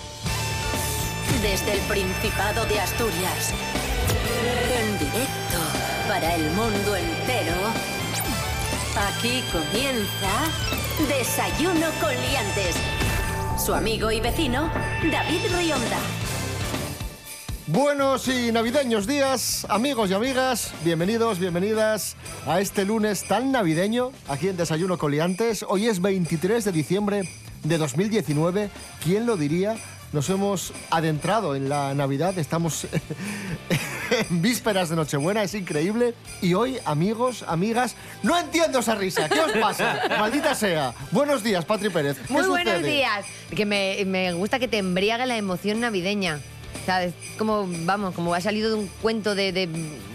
es Navidad! Desde el Principado de Asturias, en directo para el mundo entero, aquí comienza Desayuno con Liantes. Su amigo y vecino, David Rionda. Buenos y navideños días, amigos y amigas. Bienvenidos, bienvenidas a este lunes tan navideño aquí en Desayuno Coliantes. Hoy es 23 de diciembre de 2019. ¿Quién lo diría? Nos hemos adentrado en la Navidad, estamos en vísperas de Nochebuena, es increíble. Y hoy, amigos, amigas, no entiendo esa risa. ¿Qué os pasa? Maldita sea. Buenos días, Patri Pérez. ¿Qué Muy sucede? buenos días. Que me, me gusta que te embriague la emoción navideña. ¿Sabes? Como, vamos, como ha salido de un cuento de, de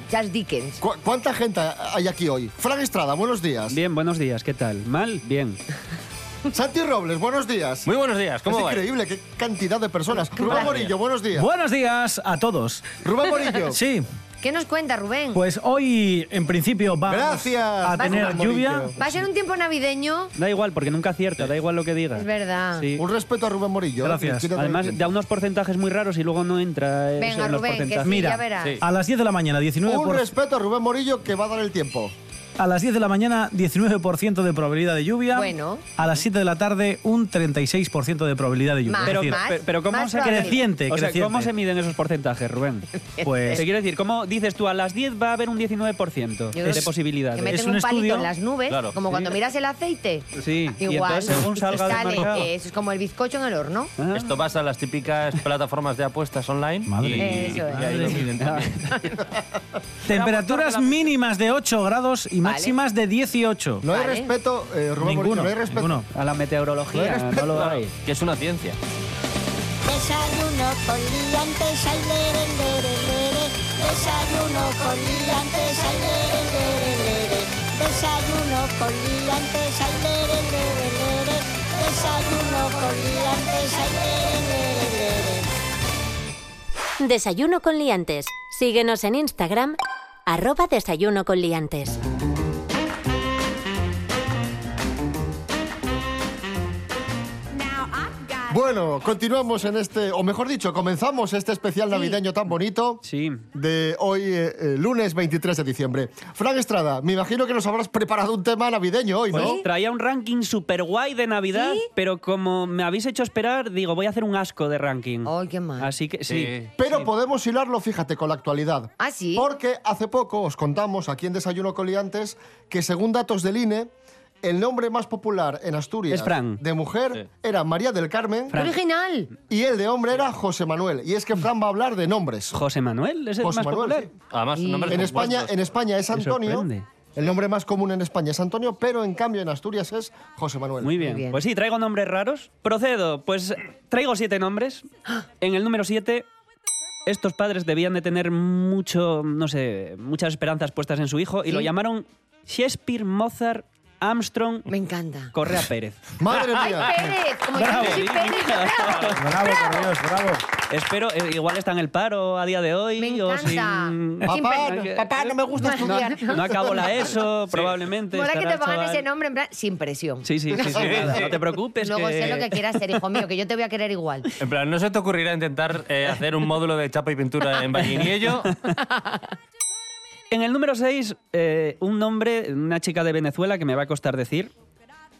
Charles Dickens. ¿Cu- ¿Cuánta gente hay aquí hoy? Fran Estrada, buenos días. Bien, buenos días, ¿qué tal? ¿Mal? Bien. Santi Robles, buenos días. Muy buenos días, ¿cómo es va? increíble, qué cantidad de personas. Rubén Morillo, buenos días. Buenos días a todos. Rubén Morillo. Sí, ¿Qué nos cuenta, Rubén? pues hoy en principio vamos Gracias, a tener Rubén lluvia. Morillo. ¿Va a ser un tiempo navideño? Da igual, porque nunca acierta, da igual lo que diga. Es verdad. Sí. Un respeto a Rubén Morillo. ¿eh? Gracias. Que tiene todo el Además, tiempo. da unos porcentajes muy raros y luego no entra eh, Venga, en los Rubén, que sí, porcentajes. ya Mira, verás. sí. A las 10 de la mañana, 19 un por- respeto a Rubén Morillo que va a dar el tiempo. a las 10 de la mañana 19% de probabilidad de lluvia. Bueno. A las 7 de la tarde un 36% de probabilidad de lluvia. Más, Es Pero, decir, más. pe- pero ¿cómo más se probable. Creciente, O sea, creciente. ¿cómo se miden esos porcentajes, Rubén? pues Te quiero decir, ¿cómo dices tú a las 10 va a haber un 19% Yo de creo Que posibilidades? meten Es un, un palito estudio. en las nubes, Claro. como cuando miras el aceite. Sí, y Igual. entonces según salga del Sale, mercado. eh, eso es como el bizcocho en el horno. Ah, Esto pasa a las típicas plataformas de apuestas online. Madre y- mía. Eso es. y ahí lo miden también. temperaturas mínimas de 8 grados y máximas de 18. No hay Vale. respeto, eh, Rubén Morillo, ninguno, no hay respeto. ninguno. a la meteorología, no lo hay. Que es una ciencia. Desayuno con liantes, ay, lere, lere, lere. Desayuno con liantes, ay, lere, lere, lere. Desayuno con liantes, ay, lere, lere, lere. Desayuno con liantes, ay, lere, lere, lere. Desayuno con liantes. Síguenos en Instagram, arroba desayuno con liantes. Bueno, continuamos en este, o mejor dicho, comenzamos este especial navideño tan bonito. Sí. De hoy, eh, eh, lunes 23 de diciembre. Fran Estrada, me imagino que nos habrás preparado un tema navideño hoy, Pues ¿no? traía un ranking super guay de Navidad, pero como me habéis hecho esperar, digo, voy a hacer un asco de ranking. Ay, qué mal. Así que sí. Pero podemos hilarlo, fíjate, con la actualidad. Ah, ¿sí? Porque hace poco os contamos aquí en Desayuno Coliantes que según datos del INE, el nombre más popular en Asturias Es Fran. de mujer era María del Carmen ¡Qué original! y el de hombre era José Manuel. Y es que Fran va a hablar de nombres. José Manuel es el José más Manuel, popular. sí. Además, Y- nombres En España, compuestos. en España es Me Antonio. sorprende. El nombre más común en España es Antonio, pero en cambio en Asturias es José Manuel. Muy bien. Muy bien. Pues sí, traigo nombres raros. Procedo, pues traigo siete nombres. En el número siete, estos padres debían de tener mucho, no sé, muchas esperanzas puestas en su hijo y lo llamaron Shakespeare, Mozart, Armstrong, Me encanta. Correa Pérez. Madre ¡Ay, mía. Pérez! Como yo Bravo. soy Pérez, yo bravo. Bravo, por Dios, bravo. Espero, eh, igual está en el paro a día de hoy. Me o encanta. sin- Papá, Sin no- papá, no me gusta estudiar. No acabo la ESO, probablemente. Mola que estará te el pongan chaval. ese nombre en plan, sin presión. Sí, sí, sí, sí, nada, no te preocupes. Luego que- sé lo que quieras ser, hijo mío, que yo te voy a querer igual. En plan, ¿no se te ocurrirá intentar eh, hacer un módulo de chapa y pintura en Vallinillo? En el número 6, un nombre, una chica de Venezuela que me va a costar decir.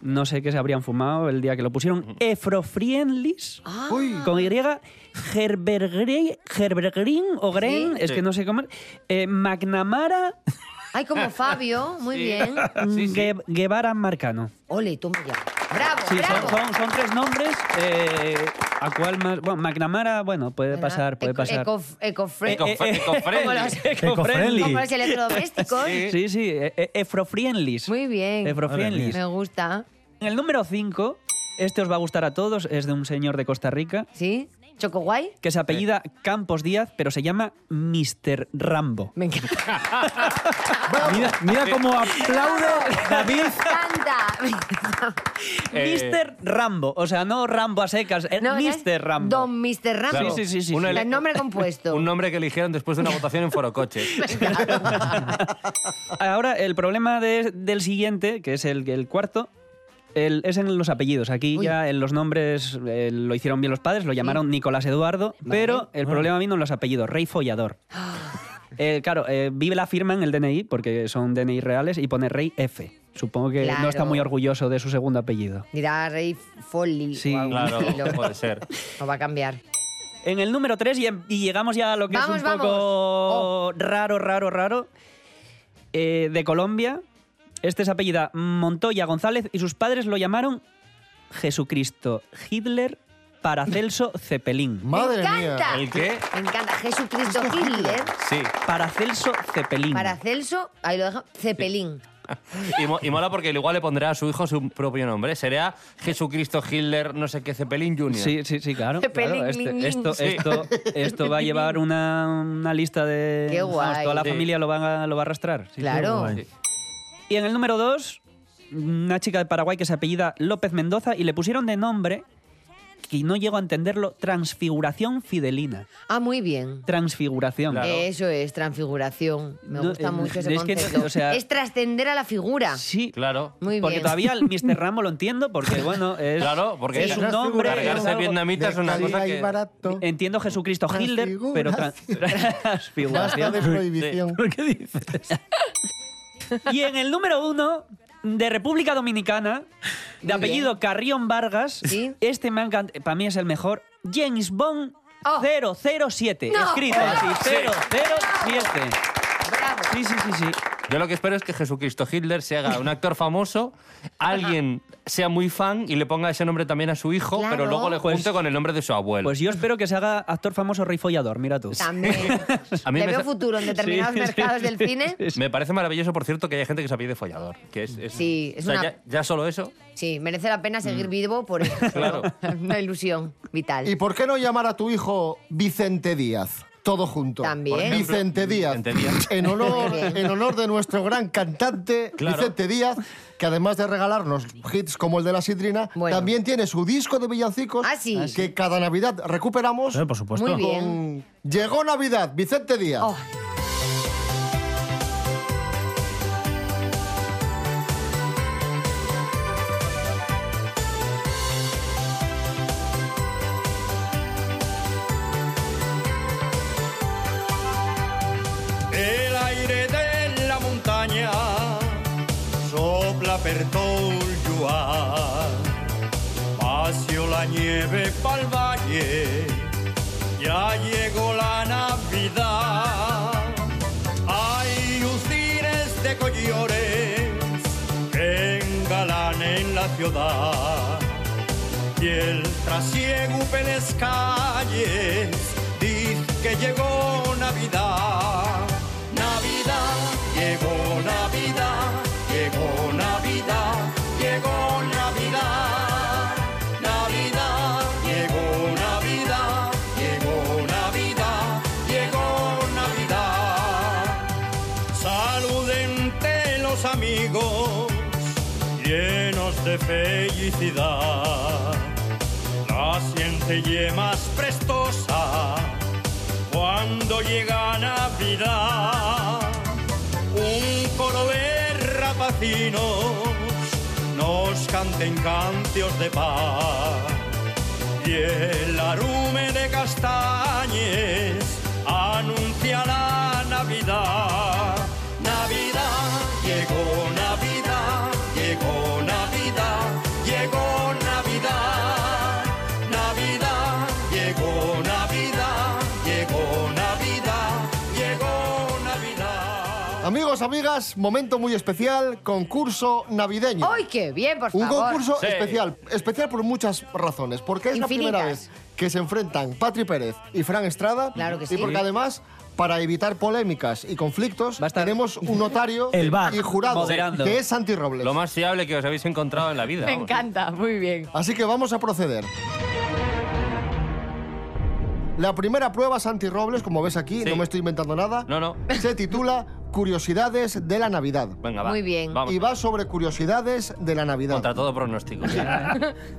No sé qué se habrían fumado el día que lo pusieron. Efrofriendlis. Ah. Uy. Con Y. Herbergre- Herbergrin o Gren. Es que no sé cómo. Eh, McNamara Ay, como Fabio, muy bien. Gue- Guevara Marcano. Ole, toma ya. Bravo, Sí, bravo. son, son- son tres nombres. eh, ¿A cuál más? Bueno, McNamara, bueno, puede pasar, puede Eco- pasar. Eco, eh, eco-friendly. Eco- eh, como Eco-friendly. los, Eco-friendly. como los electrodomésticos. Sí, sí, eh, eh, Efrofriendlis. Muy bien. Efrofriendlis. Me gusta. En el número 5, este os va a gustar a todos, es de un señor de Costa Rica ¿Sí? ¿Choco guay? que se apellida Campos Díaz, pero se llama Mr. Rambo. Me encanta. Mira, mira cómo Eh. aplaude David. Me encanta. Eh, Mr. Rambo, o sea, no Rambo a secas, es No, ¿sabes? Mr. Rambo. Don Mr. Rambo. Sí, sí, sí, sí, Una sí. ele- El nombre compuesto. Un nombre que eligieron después de Pues una votación en Forocoches. Ahora, el problema de- del siguiente, que es el, el cuarto, el- es en los apellidos. Aquí Uy. ya en los nombres eh, lo hicieron bien los padres, lo llamaron Nicolás Eduardo, pero el problema vino en los apellidos, rey follador. Eh, claro, eh, vive la firma en el DNI, porque son DNI reales, y pone rey F. Supongo que no está Claro. muy orgulloso de su segundo apellido. Dirá Rey Folly Sí, o algo Claro, estilo. puede ser. No va a cambiar. En el número 3, y, y llegamos ya a lo que Vamos, es un vamos. Oh. poco raro, raro, raro, eh, de Colombia. Este es apellida Montoya González y sus padres lo llamaron Jesucristo Hitler Paracelso Cepelín. Madre ¡Me mía. encanta! ¿El qué? Me encanta. Jesucristo Hitler, Sí. Paracelso Cepelín. Paracelso, ahí lo dejo, Cepelín. Y, mo- y mola porque igual le pondrá a su hijo su propio nombre. Sería Jesucristo Hitler, no sé qué, Zeppelin Jr. Sí, sí, sí, claro. Cepelín, claro, lin, lin. este- esto, Sí. esto, esto va a llevar una, una lista de... Qué vamos, guay. toda la Sí. familia lo va, a- lo va a arrastrar. sí. Claro. guay. Y en el número 2, una chica de Paraguay que se apellida López Mendoza y le pusieron de nombre, que no llego a entenderlo, Transfiguración Fidelina. Ah, muy bien. Transfiguración. Claro. Eso es, transfiguración. Me No, gusta eh, mucho ese es que, concepto. o sea- es trascender a la figura. Sí, Claro. Muy porque bien. todavía el Mr. Rambo lo entiendo, porque bueno, es, Claro, porque es un Transfiguración nombre... es Cargarse algo- vietnamita De es una cosa calidad y que... barato. Entiendo Jesucristo Hitler, pero tran- Basta de transfiguración. prohibición. ¿Pero qué dices? Y en el número uno, de República Dominicana, de Muy apellido Carrión Vargas, Sí. este me encanta, para mí es el mejor, James Bond Oh. 007, No. Oh. escrito así, Sí. 007. Bravo. Sí, sí, sí, sí. Yo lo que espero es que Jesucristo Hitler se haga un actor famoso, alguien sea muy fan y le ponga ese nombre también a su hijo, Claro. pero luego le Pues- junte con el nombre de su abuelo. Pues yo espero que se haga actor famoso rey follador, mira tú. También. a mí Le me, veo sa- futuro en determinados Sí, sí, mercados del cine. me parece maravilloso, por cierto, que haya gente que se apellide follador. Que es, es- Sí, es o sea, una- ya, ya solo eso. Sí, merece la pena seguir vivo por eso. Claro. Una ilusión vital. Mm. ¿Y por qué no llamar a tu hijo Vicente Díaz? Todo junto. También. Por ejemplo, Vicente Díaz. Vicente Díaz. En honor, Muy bien. en honor de nuestro gran cantante Claro. Vicente Díaz, que además de regalarnos hits como el de la Sidrina, Bueno. también tiene su disco de villancicos Ah, sí. Ah, sí. que cada Navidad recuperamos. Eh, por supuesto. Muy bien. con Llegó Navidad, Vicente Díaz. Oh, El aire de la montaña sopla per todo el lluar. Paseo la nieve pa'l valle, ya llegó la Navidad. Hay lucines de collores que engalanen la ciudad. Y el trasiego en las calles dice que llegó Navidad. Navidad, llegó Navidad, llegó Navidad, llegó Navidad. Navidad, llegó Navidad, llegó Navidad, llegó Navidad. Saludente los amigos, llenos de felicidad. La siente más prestosa cuando llega Navidad. Un coro de rapacinos nos canten cantos de paz y el arume de castañes anuncia la Navidad. Navidad, llegó Navidad, llegó Navidad, llegó Navidad. Navidad, llegó Navidad, llegó Navidad, llegó Navidad. Amigos, amigas, momento muy especial, concurso navideño. ¡Ay, qué bien, por Un favor! concurso Sí. especial, especial por muchas razones, porque es Infinitas. la primera vez que se enfrentan Patri Pérez y Fran Estrada, Claro que y sí. porque además para evitar polémicas y conflictos Va a estar- tenemos un notario El VAR. y jurado Moderando. que es Santi Robles. Lo más fiable que os habéis encontrado en la vida. Me vamos. encanta, muy bien. Así que vamos a proceder. La primera prueba Santi Robles, como ves aquí, Sí. no me estoy inventando nada, No, no. se titula Curiosidades de la Navidad. Venga, va. Muy bien. Vamos. Y va sobre curiosidades de la Navidad. Contra todo pronóstico.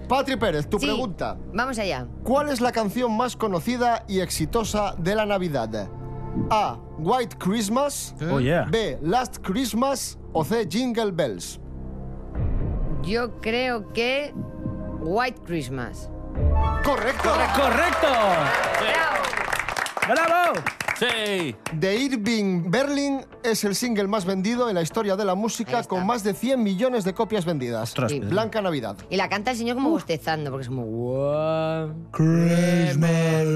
Patri Pérez, tu Sí, pregunta. Vamos allá. ¿Cuál es la canción más conocida y exitosa de la Navidad? A. White Christmas. Oh, yeah. B. Last Christmas. O C. Jingle Bells. Yo creo que White Christmas. ¡Correcto! ¡Correcto! ¡Bravo! ¡Sí! De Irving Berlin es el single más vendido en la historia de la Ahí música está. con más de 100 millones de copias vendidas. Ostras, Sí. Pedro. Blanca Navidad. Y la canta el señor como bostezando, porque es como... "One Christmas".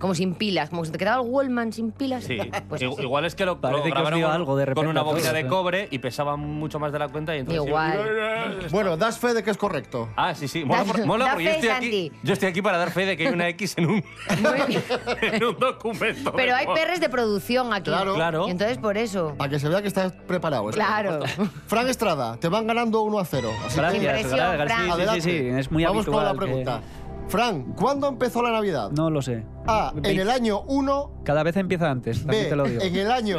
Como sin pilas, como que se te quedaba el Wallman sin pilas. Sí, Pues I- así. igual es que lo, lo Parece que os grabaron dio con- algo de repente con una a todos, bobina de ¿eh? cobre y pesaba mucho más de la cuenta y entonces... Igual. Bueno, das fe de que es correcto. Ah, sí, sí, mola, Da- por- mola da porque yo fe, estoy, aquí, Santi. yo estoy aquí para dar fe de que hay una X en un, Muy bien. en un documento. Pero hay Por- perres de producción aquí. Claro. Claro. Y entonces por eso. Para que se vea que estás preparado. esto. Claro. Fran Estrada, te van ganando 1 a 0. Así que Gracias, Impresión, gracias. Fran. Sí, sí, sí, sí, es muy Vamos habitual. con la pregunta. que- Fran, ¿cuándo empezó la Navidad? No lo sé. A. En el año 1. Cada vez empieza antes, B. también te lo digo. En el año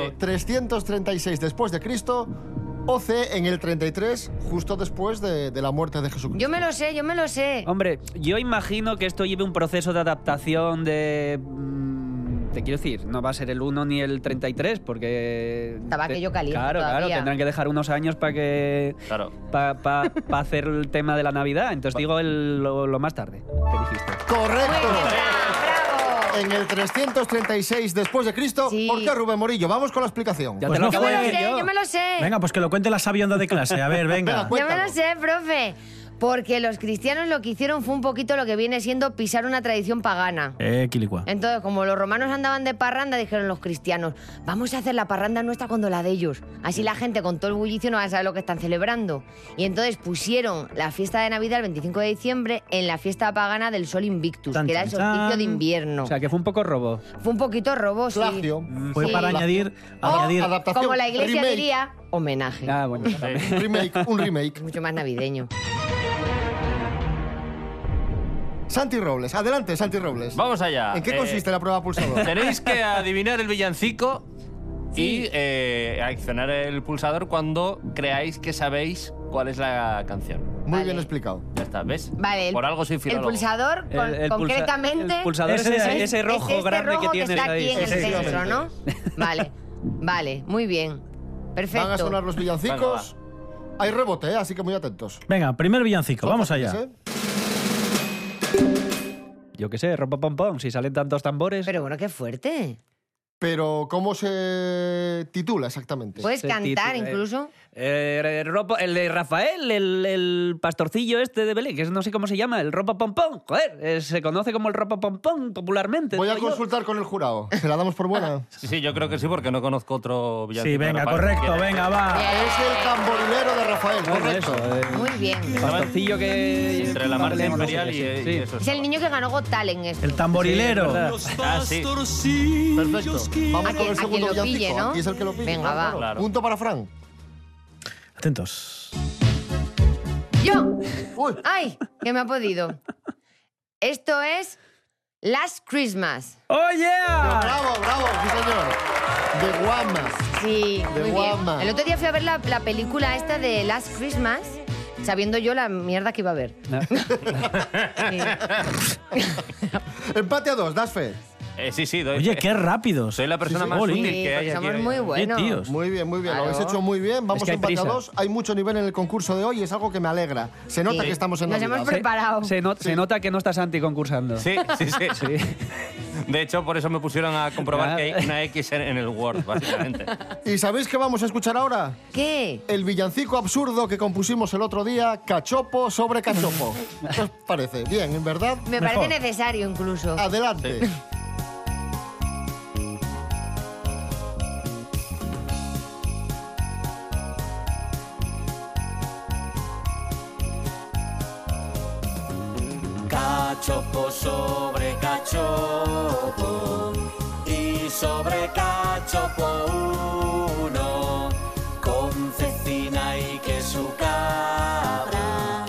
336 después de Cristo. O C. En el 33, justo después de, de la muerte de Jesucristo. Yo me lo sé, yo me lo sé. Hombre, yo imagino que esto lleve un proceso de adaptación de... mm, Te quiero decir, no va a ser el 1 ni el 33 porque... Estaba te- aquello caliente Claro, todavía. claro, tendrán que dejar unos años para que... Claro. Para hacer el tema de la Navidad. Entonces digo el- lo, lo más tarde que dijiste. Muy ¡Correcto! bien, Fran, bravo. En el 336 después de Cristo. Sí. ¿Por qué, Rubén Morillo? Vamos con la explicación. Ya Pues te lo no Yo acabo me de lo decir sé, yo. yo me lo sé. Venga, pues que lo cuente la sabionda de clase. A ver, venga. Venga, Yo me Cuéntalo. lo sé, profe. Porque los cristianos lo que hicieron fue un poquito lo que viene siendo pisar una tradición pagana. Eh, Quilicua. Entonces, como los romanos andaban de parranda, dijeron los cristianos, vamos a hacer la parranda nuestra cuando la de ellos. Así la gente con todo el bullicio no va a saber lo que están celebrando. Y entonces pusieron la fiesta de Navidad el 25 de diciembre en la fiesta pagana del Sol Invictus, Tan, que era el tan, tan. solsticio de invierno. O sea, que fue un poco robo. Fue un poquito robo, sí. Plagio. Fue Sí. para añadir, O, añadir Oh, adaptación, como la iglesia remake. diría, homenaje. Ah, bueno, también. Remake, un remake. Mucho más navideño. Santi Robles, adelante, Santi Robles. Vamos allá. ¿En qué Eh, consiste la prueba pulsadora? Tenéis que adivinar el villancico y eh, accionar el pulsador cuando creáis que sabéis cuál es la canción. Muy Vale. bien explicado. Ya está, ¿ves? Vale. el- Por algo soy El filólogo. pulsador, El- con- el pulsa- concretamente. el pulsador es Ese ese, es- ese es rojo este grande rojo que tienes está ahí. aquí en el Sí, sí, sí. centro, ¿no? Vale, vale, muy bien. Perfecto. Van a sonar los villancicos. Hay rebote, ¿eh? así que muy atentos. Venga, primer villancico, vamos allá. ¿Eh? Yo qué sé, rompa pom pom, si salen tantos tambores. Pero bueno, qué fuerte. Pero, ¿cómo se titula exactamente? Puedes Se cantar titula- incluso. Eh, re- ropa- el de Rafael, el, el pastorcillo este de Belén, que es- no sé cómo se llama, el ropa pompón. Joder, eh, se conoce como el ropa pompón popularmente. Voy a digo yo. consultar con el jurado. ¿Se la damos por buena? Sí, sí, yo creo que sí, porque no conozco otro villancico. Sí, venga, Rafael, correcto, que- venga, va. es el tamborilero de Rafael, Bueno, correcto. eso, eh, Muy bien. pastorcillo que. Entre la marca Belén, no sé imperial qué, y, sí, y sí. eso. Es el niño que ganó Got Talent esto. El tamborilero. Sí, es verdad. Ah, sí. Perfecto. Vamos A con quien- el a segundo quien lo pille, villancico. ¿no? Aquí es el que lo pille. Venga, claro, va. claro. Claro. Punto para Fran. Atentos. ¡Yo! Uy. ¡Ay! Que me ha podido. Esto es Last Christmas. ¡Oh, yeah! Bravo, bravo, sí señor. De Guamas. Sí, De muy bien. Guama. El otro día fui a ver la, la película esta de Last Christmas, sabiendo yo la mierda que iba a ver. Sí. Empate a dos, das fe. Eh, sí, sí, doy Oye, fe. qué qué rápidos. Soy la persona más Jolín. útil Sí, que hay porque aquí somos hoy. muy buenos. tíos. Muy bien, muy bien. Lo habéis Claro. hecho muy bien. Vamos Es que hay empate a prisa. dos. Hay mucho nivel en el concurso de hoy y es algo que me alegra. Se nota Sí. que estamos en Nos Navidad. hemos preparado. Se, not- se nota que no estás anticoncursando. Sí, sí, sí. De hecho, por eso me pusieron a comprobar Ah. que hay una X en en el Word, básicamente. ¿Y sabéis qué vamos a escuchar ahora? ¿Qué? El villancico absurdo que compusimos el otro día, Cachopo sobre Cachopo. ¿Qué os parece? Bien, ¿en verdad? Me Mejor. parece necesario incluso. Adelante. Cachopo sobre cachopo y sobre cachopo uno con cecina y que su cabra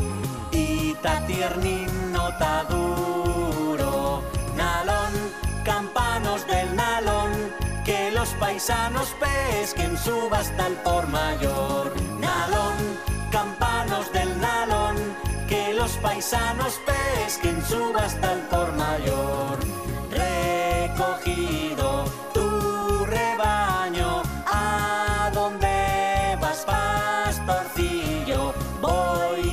y tatiernin notaduro nalón campanos del nalón que los paisanos pesquen subasta al por mayor nalón campanos del nalón que los paisanos pesquen subasta al por mayor recogido tu rebaño a dónde vas pastorcillo voy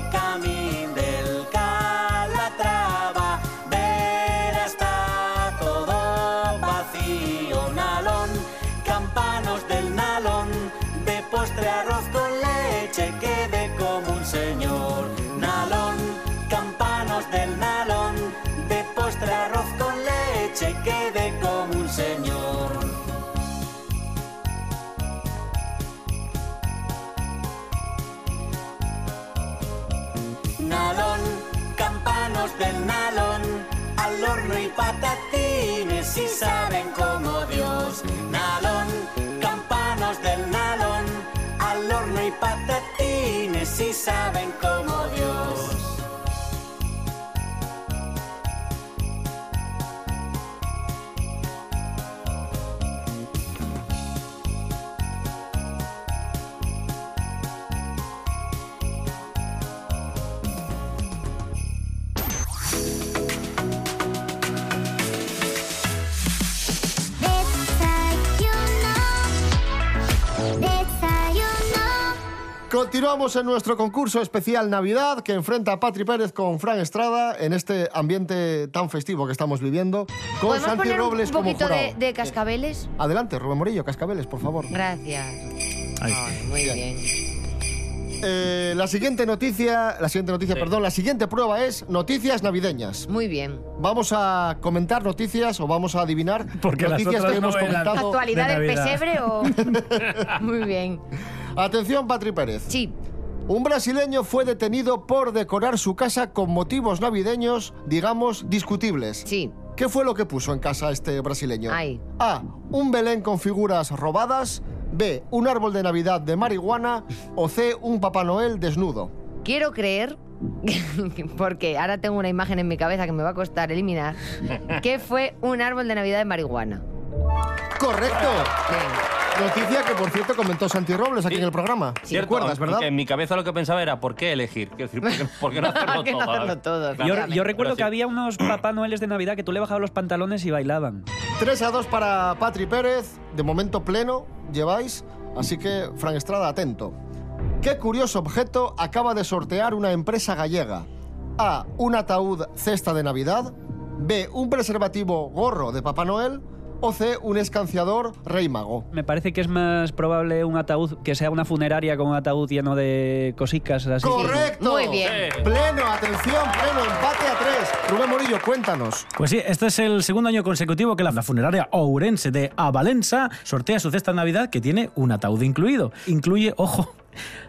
campanos del nalón al horno y patatines si saben como Dios. Nalón, campanos del nalón al horno y patatines si saben como Dios. Desayuno, desayuno. Continuamos en nuestro concurso especial Navidad que enfrenta a Patri Pérez con Fran Estrada en este ambiente tan festivo que estamos viviendo. Con ¿Podemos Santi poner un- Robles un como poquito de, jurado. de cascabeles? Adelante, Rubén Morillo, Cascabeles, por favor. Gracias. Ahí. Ay, muy bien. Eh, la siguiente noticia, la siguiente noticia, perdón, la siguiente prueba es noticias navideñas. Muy bien. Vamos a comentar noticias o vamos a adivinar Porque las noticias otras que no hemos eran. comentado. ¿Actualidad de del Navidad. pesebre o...? muy bien. Atención, Patri Pérez. Sí. Un brasileño fue detenido por decorar su casa con motivos navideños, digamos, discutibles. Sí. ¿Qué fue lo que puso en casa este brasileño? Ay. A. Un Belén con figuras robadas. B. Un árbol de Navidad de marihuana. O C. Un Papá Noel desnudo. Quiero creer, porque ahora tengo una imagen en mi cabeza que me va a costar eliminar, que fue un árbol de Navidad de marihuana. ¡Correcto! Bien. Noticia que, por cierto, comentó Santi Robles aquí en el programa. ¿Te Cierto, acuerdas, aunque verdad? En mi cabeza lo que pensaba era ¿por qué elegir? Quiero decir, ¿por qué, por qué no hacerlo ¿Por qué no todo? a la hacerlo vez? todo? Claro. Yo, Claramente. yo recuerdo Pero que sí. había unos Papá Noeles de Navidad que tú le bajabas los pantalones y bailaban. 3 a 2 para Patri Pérez. De momento pleno lleváis, así que, Fran Estrada, atento. ¿Qué curioso objeto acaba de sortear una empresa gallega? A. Un ataúd cesta de Navidad. B. Un preservativo gorro de Papá Noel. O C. Un escanciador rey mago. Me parece que es más probable un ataúd que sea una funeraria con un ataúd lleno de cositas así. ¡Correcto! Muy bien. Pleno, atención, pleno, empate a 3. Rubén Morillo, cuéntanos. Pues sí, este es el segundo año consecutivo que la la funeraria Ourense de Avalensa sortea su cesta de Navidad que tiene un ataúd incluido. Incluye, ojo,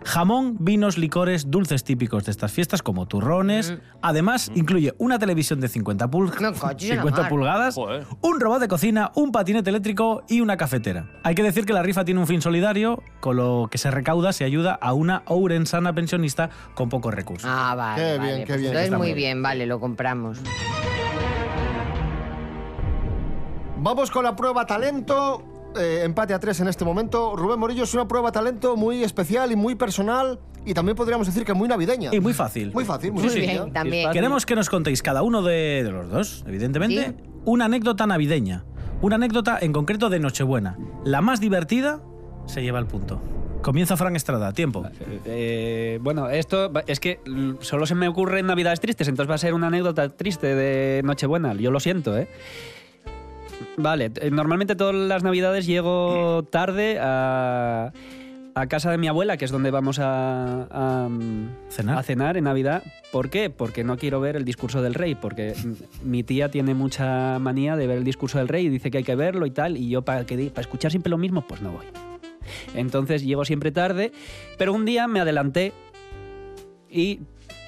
jamón, vinos, licores, dulces típicos de estas fiestas como turrones. Además, incluye una televisión de 50, Mm. pul- No, coches en la 50 mar. pulgadas, Joder. un robot de cocina, un patinete eléctrico y una cafetera. Hay que decir que la rifa tiene un fin solidario, con lo que se recauda se ayuda a una ourensana pensionista con pocos recursos. Ah, vale. Qué vale, bien, qué pues bien, Entonces, está muy muy bien. bien, vale, lo compramos. Vamos con la prueba talento. Eh, empate a tres en este momento. Rubén Morillo es una prueba talento muy especial y muy personal y también podríamos decir que muy navideña. Y muy fácil. Muy fácil, muy Muy sencilla. bien, también. Dispara. Queremos que nos contéis cada uno de, de los dos, evidentemente, Sí. una anécdota navideña. Una anécdota en concreto de Nochebuena. La más divertida se lleva el punto. Comienza Fran Estrada, tiempo. Eh, bueno, esto va- es que l- solo se me ocurre en Navidades tristes, entonces va a ser una anécdota triste de Nochebuena. Yo lo siento, ¿eh? Vale, t- eh, normalmente todas las Navidades llego tarde a, a casa de mi abuela, que es donde vamos a, a, mm, ¿Cenar? a cenar en Navidad. ¿Por qué? Porque no quiero ver el discurso del rey, porque mm, mi tía tiene mucha manía de ver el discurso del rey y dice que hay que verlo y tal, y yo para para escuchar siempre lo mismo, pues no voy. Entonces llego siempre tarde, pero un día me adelanté y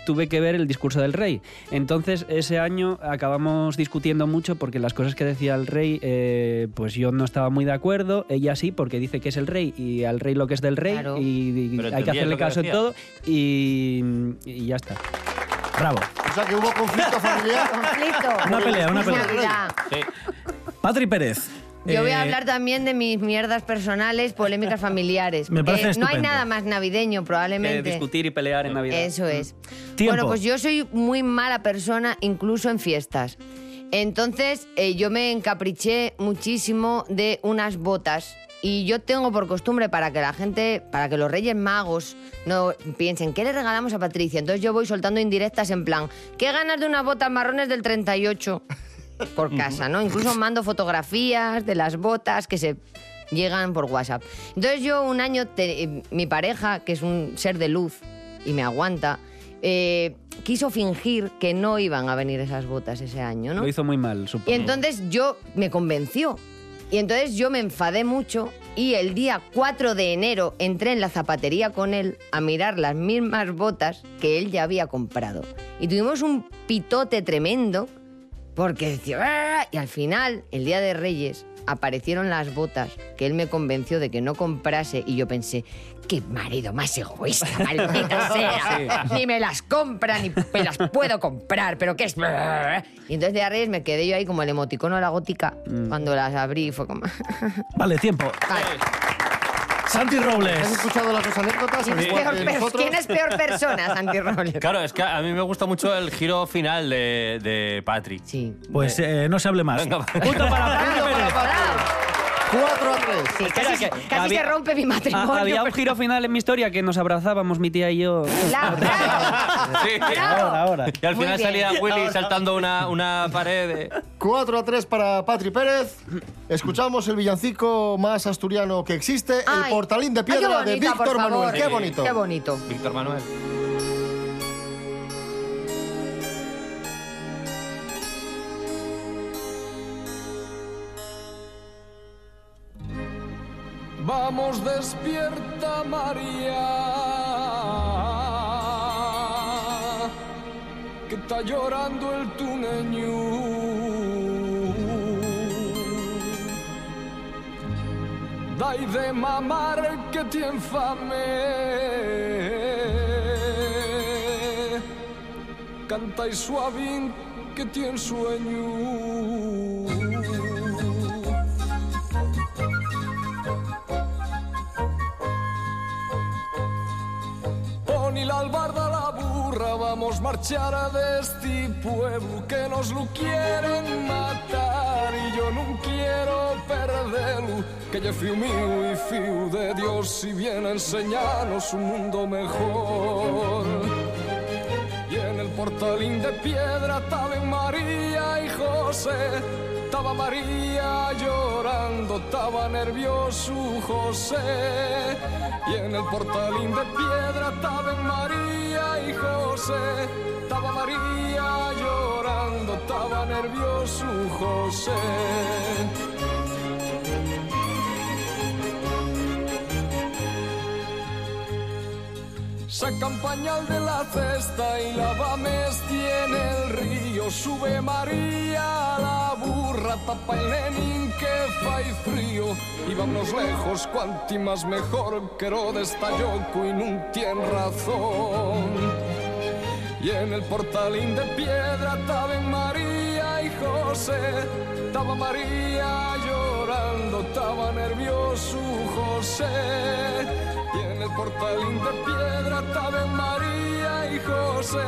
tuve que ver el discurso del rey. Entonces ese año acabamos discutiendo mucho porque las cosas que decía el rey, eh, pues yo no estaba muy de acuerdo, ella sí, porque dice que es el rey y al rey lo que es del rey Claro. y, y Pero hay que entendías hacerle lo que caso en decía. todo y, y ya está. Bravo. O sea que hubo conflicto familiar. Conflicto. Una pelea, una pelea. Navidad. Sí. Patri Pérez. Yo voy a eh, hablar también de mis mierdas personales, polémicas familiares. Me porque parece no hay estupendo. nada más navideño, Eh, probablemente. discutir y pelear en Navidad. Eso es. Tiempo. Bueno, pues yo soy muy mala persona, incluso en fiestas. Entonces, eh, yo me encapriché muchísimo de unas botas. Y yo tengo por costumbre para que la gente, para que los Reyes Magos no piensen, ¿qué le regalamos a Patricia? Entonces yo voy soltando indirectas en plan, ¿qué ganas de unas botas marrones del 38? por casa, ¿no? Incluso mando fotografías de las botas que se llegan por WhatsApp. Entonces yo un año, te- eh, mi pareja, que es un ser de luz y me aguanta, eh, quiso fingir que no iban a venir esas botas ese año, ¿no? Lo hizo muy mal, supongo. Y entonces yo me convenció. Y entonces yo me enfadé mucho y el día 4 de enero entré en la zapatería con él a mirar las mismas botas que él ya había comprado. Y tuvimos un pitote tremendo, porque decía... "Bah", Y al final, el día de Reyes, aparecieron las botas que él me convenció de que no comprase y yo pensé, qué marido más egoísta, maldita sea. Ni me las compra, ni me las puedo comprar, pero qué es... Bah". Y entonces el día de Reyes me quedé yo ahí como el emoticono a la gótica cuando las abrí y fue como... Vale, tiempo. Ay. Santi ¿Has Robles. escuchado las dos anécdotas? ¿Quién al es, igual peor, que per- nosotros? quién es peor persona, Santi Robles? Claro, es que a mí me gusta mucho el giro final de, de Patrick. Sí. Pues eh, no se hable más. Venga, va. Punto para Fran Punto para Pérez. Paco. Cuatro a tres. Sí, Espera, casi que casi había- se rompe mi matrimonio. Ah, había un pero- giro final en mi historia que nos abrazábamos mi tía y yo. La- ¡Bravo! Sí. ¡Bravo! Ahora, ahora. Y al Muy final bien. salía Willy saltando una, una pared. de- 4 a 3 para Patri Pérez. Escuchamos el villancico más asturiano que existe, el Ay. portalín de Ay, qué piedra de bonita, por Víctor Manuel. favor. Qué bonito. Qué bonito. Víctor Manuel. Vamos, despierta María, que está llorando el tuneño. Dai de mamar que te infame. Canta y suavín que tiene sueño. Pon y la albarda la burra, vamos marchar a de este pueblo que nos lo quieren matar y yo no quiero perderlo, que yo fui mío y fío de Dios y viene a enseñarnos un mundo mejor. Y en el portalín de piedra estaban María y José, estaba María llorando, estaba nervioso José. Y en el portalín de piedra estaban María y José, estaba María llorando, estaba nervioso José. Saca un pañal de la cesta y lava mestia en el río. Sube María a la burra, tapa el Lenin que fai frío. Y vámonos lejos, cuanti más mejor. Que Herodes está yoco y nun tien razón. Y en el portalín de piedra estaban María y José. Estaba María llorando, estaba nervioso José. Y en el portalín de piedra estaban María y José.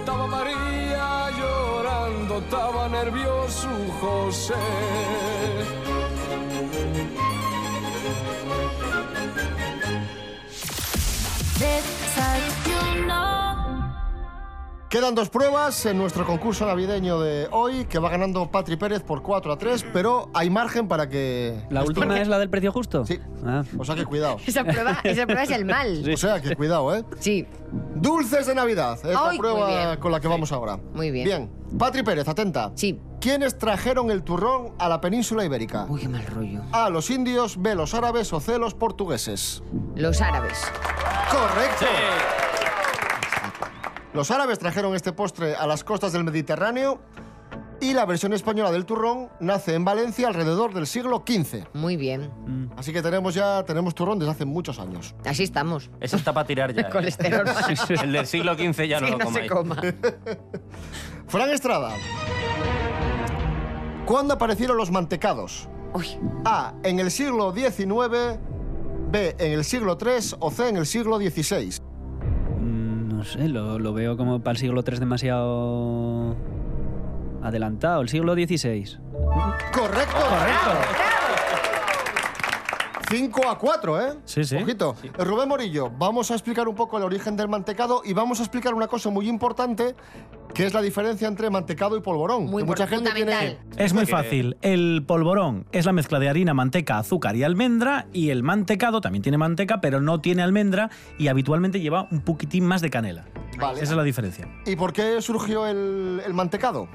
Estaba María llorando, estaba nervioso José. Desayuno. Quedan dos pruebas en nuestro concurso navideño de hoy, que va ganando Patri Pérez por 4 a 3, pero hay margen para que... ¿La esto- última es la del precio justo? Sí. Ah. O sea que cuidado. Esa prueba, esa prueba es el mal. O sea que cuidado, ¿eh? Sí. Dulces de Navidad es Ay, la muy prueba bien. con la que vamos ahora. Muy bien. Bien. Patri Pérez, atenta. Sí. ¿Quiénes trajeron el turrón a la península ibérica? Uy, qué mal rollo. A. Los indios, B. Los árabes o C. Los portugueses. Los árabes. Correcto. Los árabes trajeron este postre a las costas del Mediterráneo y la versión española del turrón nace en Valencia alrededor del siglo XV. Muy bien. Mm. Así que tenemos ya tenemos turrón desde hace muchos años. Así estamos. Ese está para tirar ya. ¿eh? Colesterol. El del siglo XV ya no Sí, lo no se comáis. coma. Fran Estrada. ¿Cuándo aparecieron los mantecados? Uy, A. En el siglo XIX. B. En el siglo III o C. En el siglo XVI. Mm, No sé, lo, lo veo como para el siglo III demasiado adelantado, el siglo XVI. Correcto. Correcto. 5 a 4, ¿eh? Sí, sí. Ojito. Rubén Morillo, vamos a explicar un poco el origen del mantecado y vamos a explicar una cosa muy importante, que es la diferencia entre mantecado y polvorón. muy que mucha por- gente fundamental. tiene... Es muy fácil. El polvorón es la mezcla de harina, manteca, azúcar y almendra. Y el mantecado también tiene manteca, pero no tiene almendra y habitualmente lleva un poquitín más de canela. Vale. Esa es la diferencia. ¿Y por qué surgió el, el mantecado?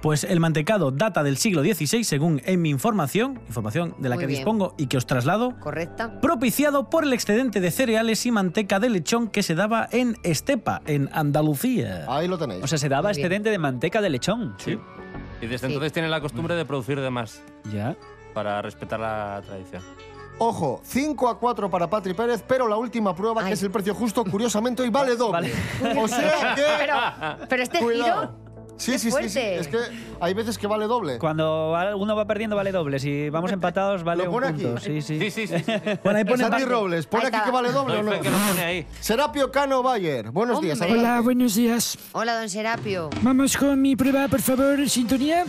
Pues el mantecado data del siglo XVI, según en mi información, información de la Muy que bien. dispongo y que os traslado, ¿Correcta? propiciado por el excedente de cereales y manteca de lechón que se daba en Estepa, en Andalucía. Ahí lo tenéis. O sea, se daba Muy bien. excedente de manteca de lechón. Sí. Y desde Sí. entonces tienen la costumbre de producir de más Ya. para respetar la tradición. Ojo, 5 a 4 para Patri Pérez, pero la última prueba, Ay. que es el precio justo, curiosamente hoy vale doble. O sea Pero, que... pero este Cuidado. giro... Sí, qué sí, sí, sí. fuerte. Es que hay veces que vale doble. Cuando uno va perdiendo vale doble. Si vamos empatados vale Lo un pone aquí. punto. Sí, sí. Sí, sí, sí. sí. Bueno, ahí pone Santi Marco. Robles, pone Ahí aquí está. que vale doble o no. Doy fe que lo pone ahí. Serapio Cano Bayer, buenos días. Hombre. adelante. buenos días. Hola, don Serapio. Vamos con mi prueba, por favor, sintonía.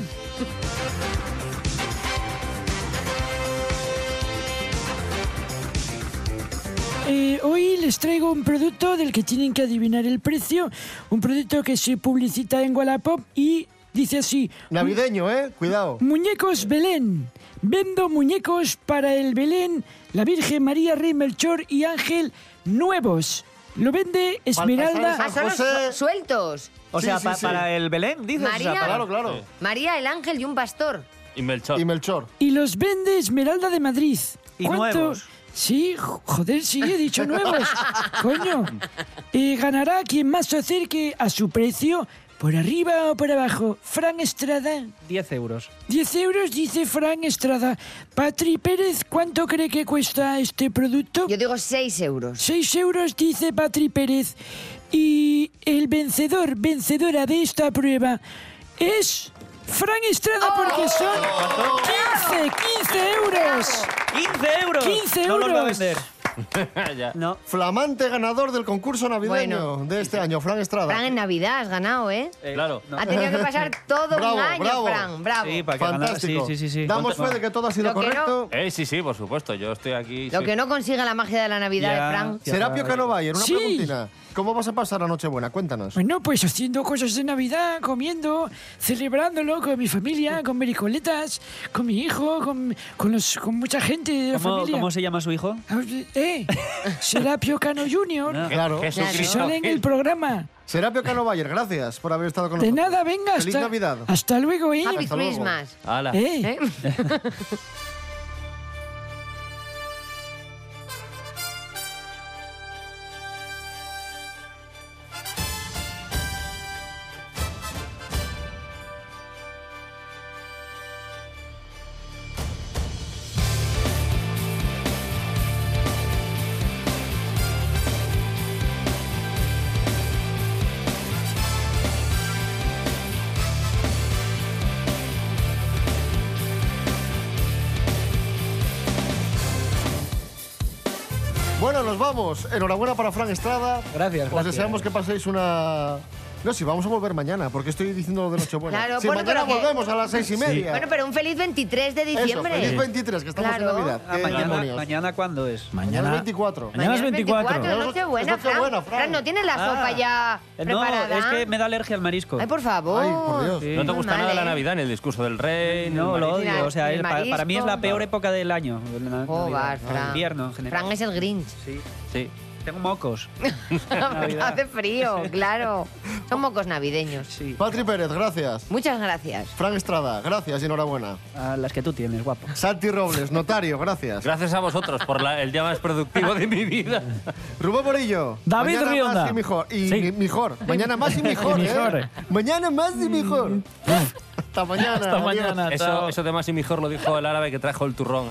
Eh, hoy les traigo un producto del que tienen que adivinar el precio, un producto que se publicita en Wallapop y dice así, Navideño, ¿eh? Cuidado. Muñecos Belén. Vendo muñecos para el Belén, la Virgen María, Rey Melchor y Ángel nuevos. Lo vende Esmeralda. San Ah, son los José. su- sueltos. O Sí, sea, sí, pa- sí. para el Belén, dices. O sea, María. para- Claro, claro. María, el ángel y un pastor. Y Melchor. Y Melchor. Y los vende Esmeralda de Madrid. Y nuevos. Sí, jo- joder, sí, he dicho nuevos. Coño. Eh, ganará quien más se acerque a su precio, por arriba o por abajo. Fran Estrada. 10 euros. 10 euros, dice Fran Estrada. Patri Pérez, ¿cuánto cree que cuesta este producto? Yo digo 6 euros. 6 euros, dice Patri Pérez. Y el vencedor, vencedora de esta prueba es Fran Estrada, ¡Oh! porque son 15, 15 euros. ¡15 euros! 15 No los va a euros. vender. Ya. No. Flamante ganador del concurso navideño de este año, Fran Estrada. Fran, en Navidad has ganado, ¿eh? Claro. no. Ha tenido que pasar todo Bravo, un año, bravo. Fran. Bravo. Sí, para que ganara. Fantástico. Sí, sí, sí. sí. Damos Contra- fe de que todo ha sido Lo que no- correcto. Eh, sí, sí, por supuesto. Yo estoy aquí. Lo sí. que no consiga la magia de la Navidad Ya. de Fran. Sí. Serapio Cano Bayer, una Sí. preguntina. ¿Cómo vas a pasar la Nochebuena? Cuéntanos. Bueno, pues haciendo cosas de Navidad, comiendo, celebrándolo con mi familia, con mericoletas, con mi hijo, con, con los, con mucha gente de la ¿Cómo, familia. ¿Cómo se llama su hijo? ¿Eh? Serapio Cano Jr. No. Claro. Si Jesucristo. sale en el programa. Serapio Cano Bayer, gracias por haber estado con De nosotros. nada, venga, Feliz hasta, Navidad. hasta luego, ¿eh? Happy Hasta luego. Christmas. Ala. ¿Eh? ¿eh? Bueno, nos vamos. Enhorabuena para Fran Estrada. Gracias, Os gracias. deseamos que paséis una... No, sí, vamos a volver mañana, porque estoy diciendo lo de Nochebuena. Claro, sí, bueno, mañana pero que- volvemos a las seis y media. Bueno, pero un feliz 23 de Eso, diciembre. feliz 23, que estamos Claro. en Navidad. Ah, Qué mañana, demonios. ¿Mañana cuándo es? Mañana es Mañana, 24. Mañana es 24. Nochebuena, Es Nochebuena, Fran. Fran. Fran, ¿no tienes la sopa Ah. ya Eh, preparada? No, es que me da alergia al marisco. Ay, por favor. Ay, por Dios. Sí. No te Muy gusta mal, nada la ¿eh? Navidad, ni el discurso del rey. ni No, el lo marido. odio. O sea, El es pa- para, mí es la marisco. peor época del año. la Oh, Navidad. vas, Fran. Invierno, en general. Fran es el Grinch. Sí. Sí. Tengo mocos. Navidad. Hace frío, claro. Son mocos navideños. Sí. Patri Pérez, gracias. Muchas gracias. Fran Estrada, gracias y enhorabuena. A las que tú tienes, guapo. Santi Robles, notario, gracias. Gracias a vosotros por la- el día más productivo de mi vida. Rubén Morillo. David mañana Rionda. Más y mejor. Y Sí. mi- mejor. Mañana más y mejor. Y ¿eh? mejor. Mañana más Mm. y mejor. Hasta mañana. Hasta adiós. mañana. Eso, eso de más y mejor lo dijo el árabe que trajo el turrón.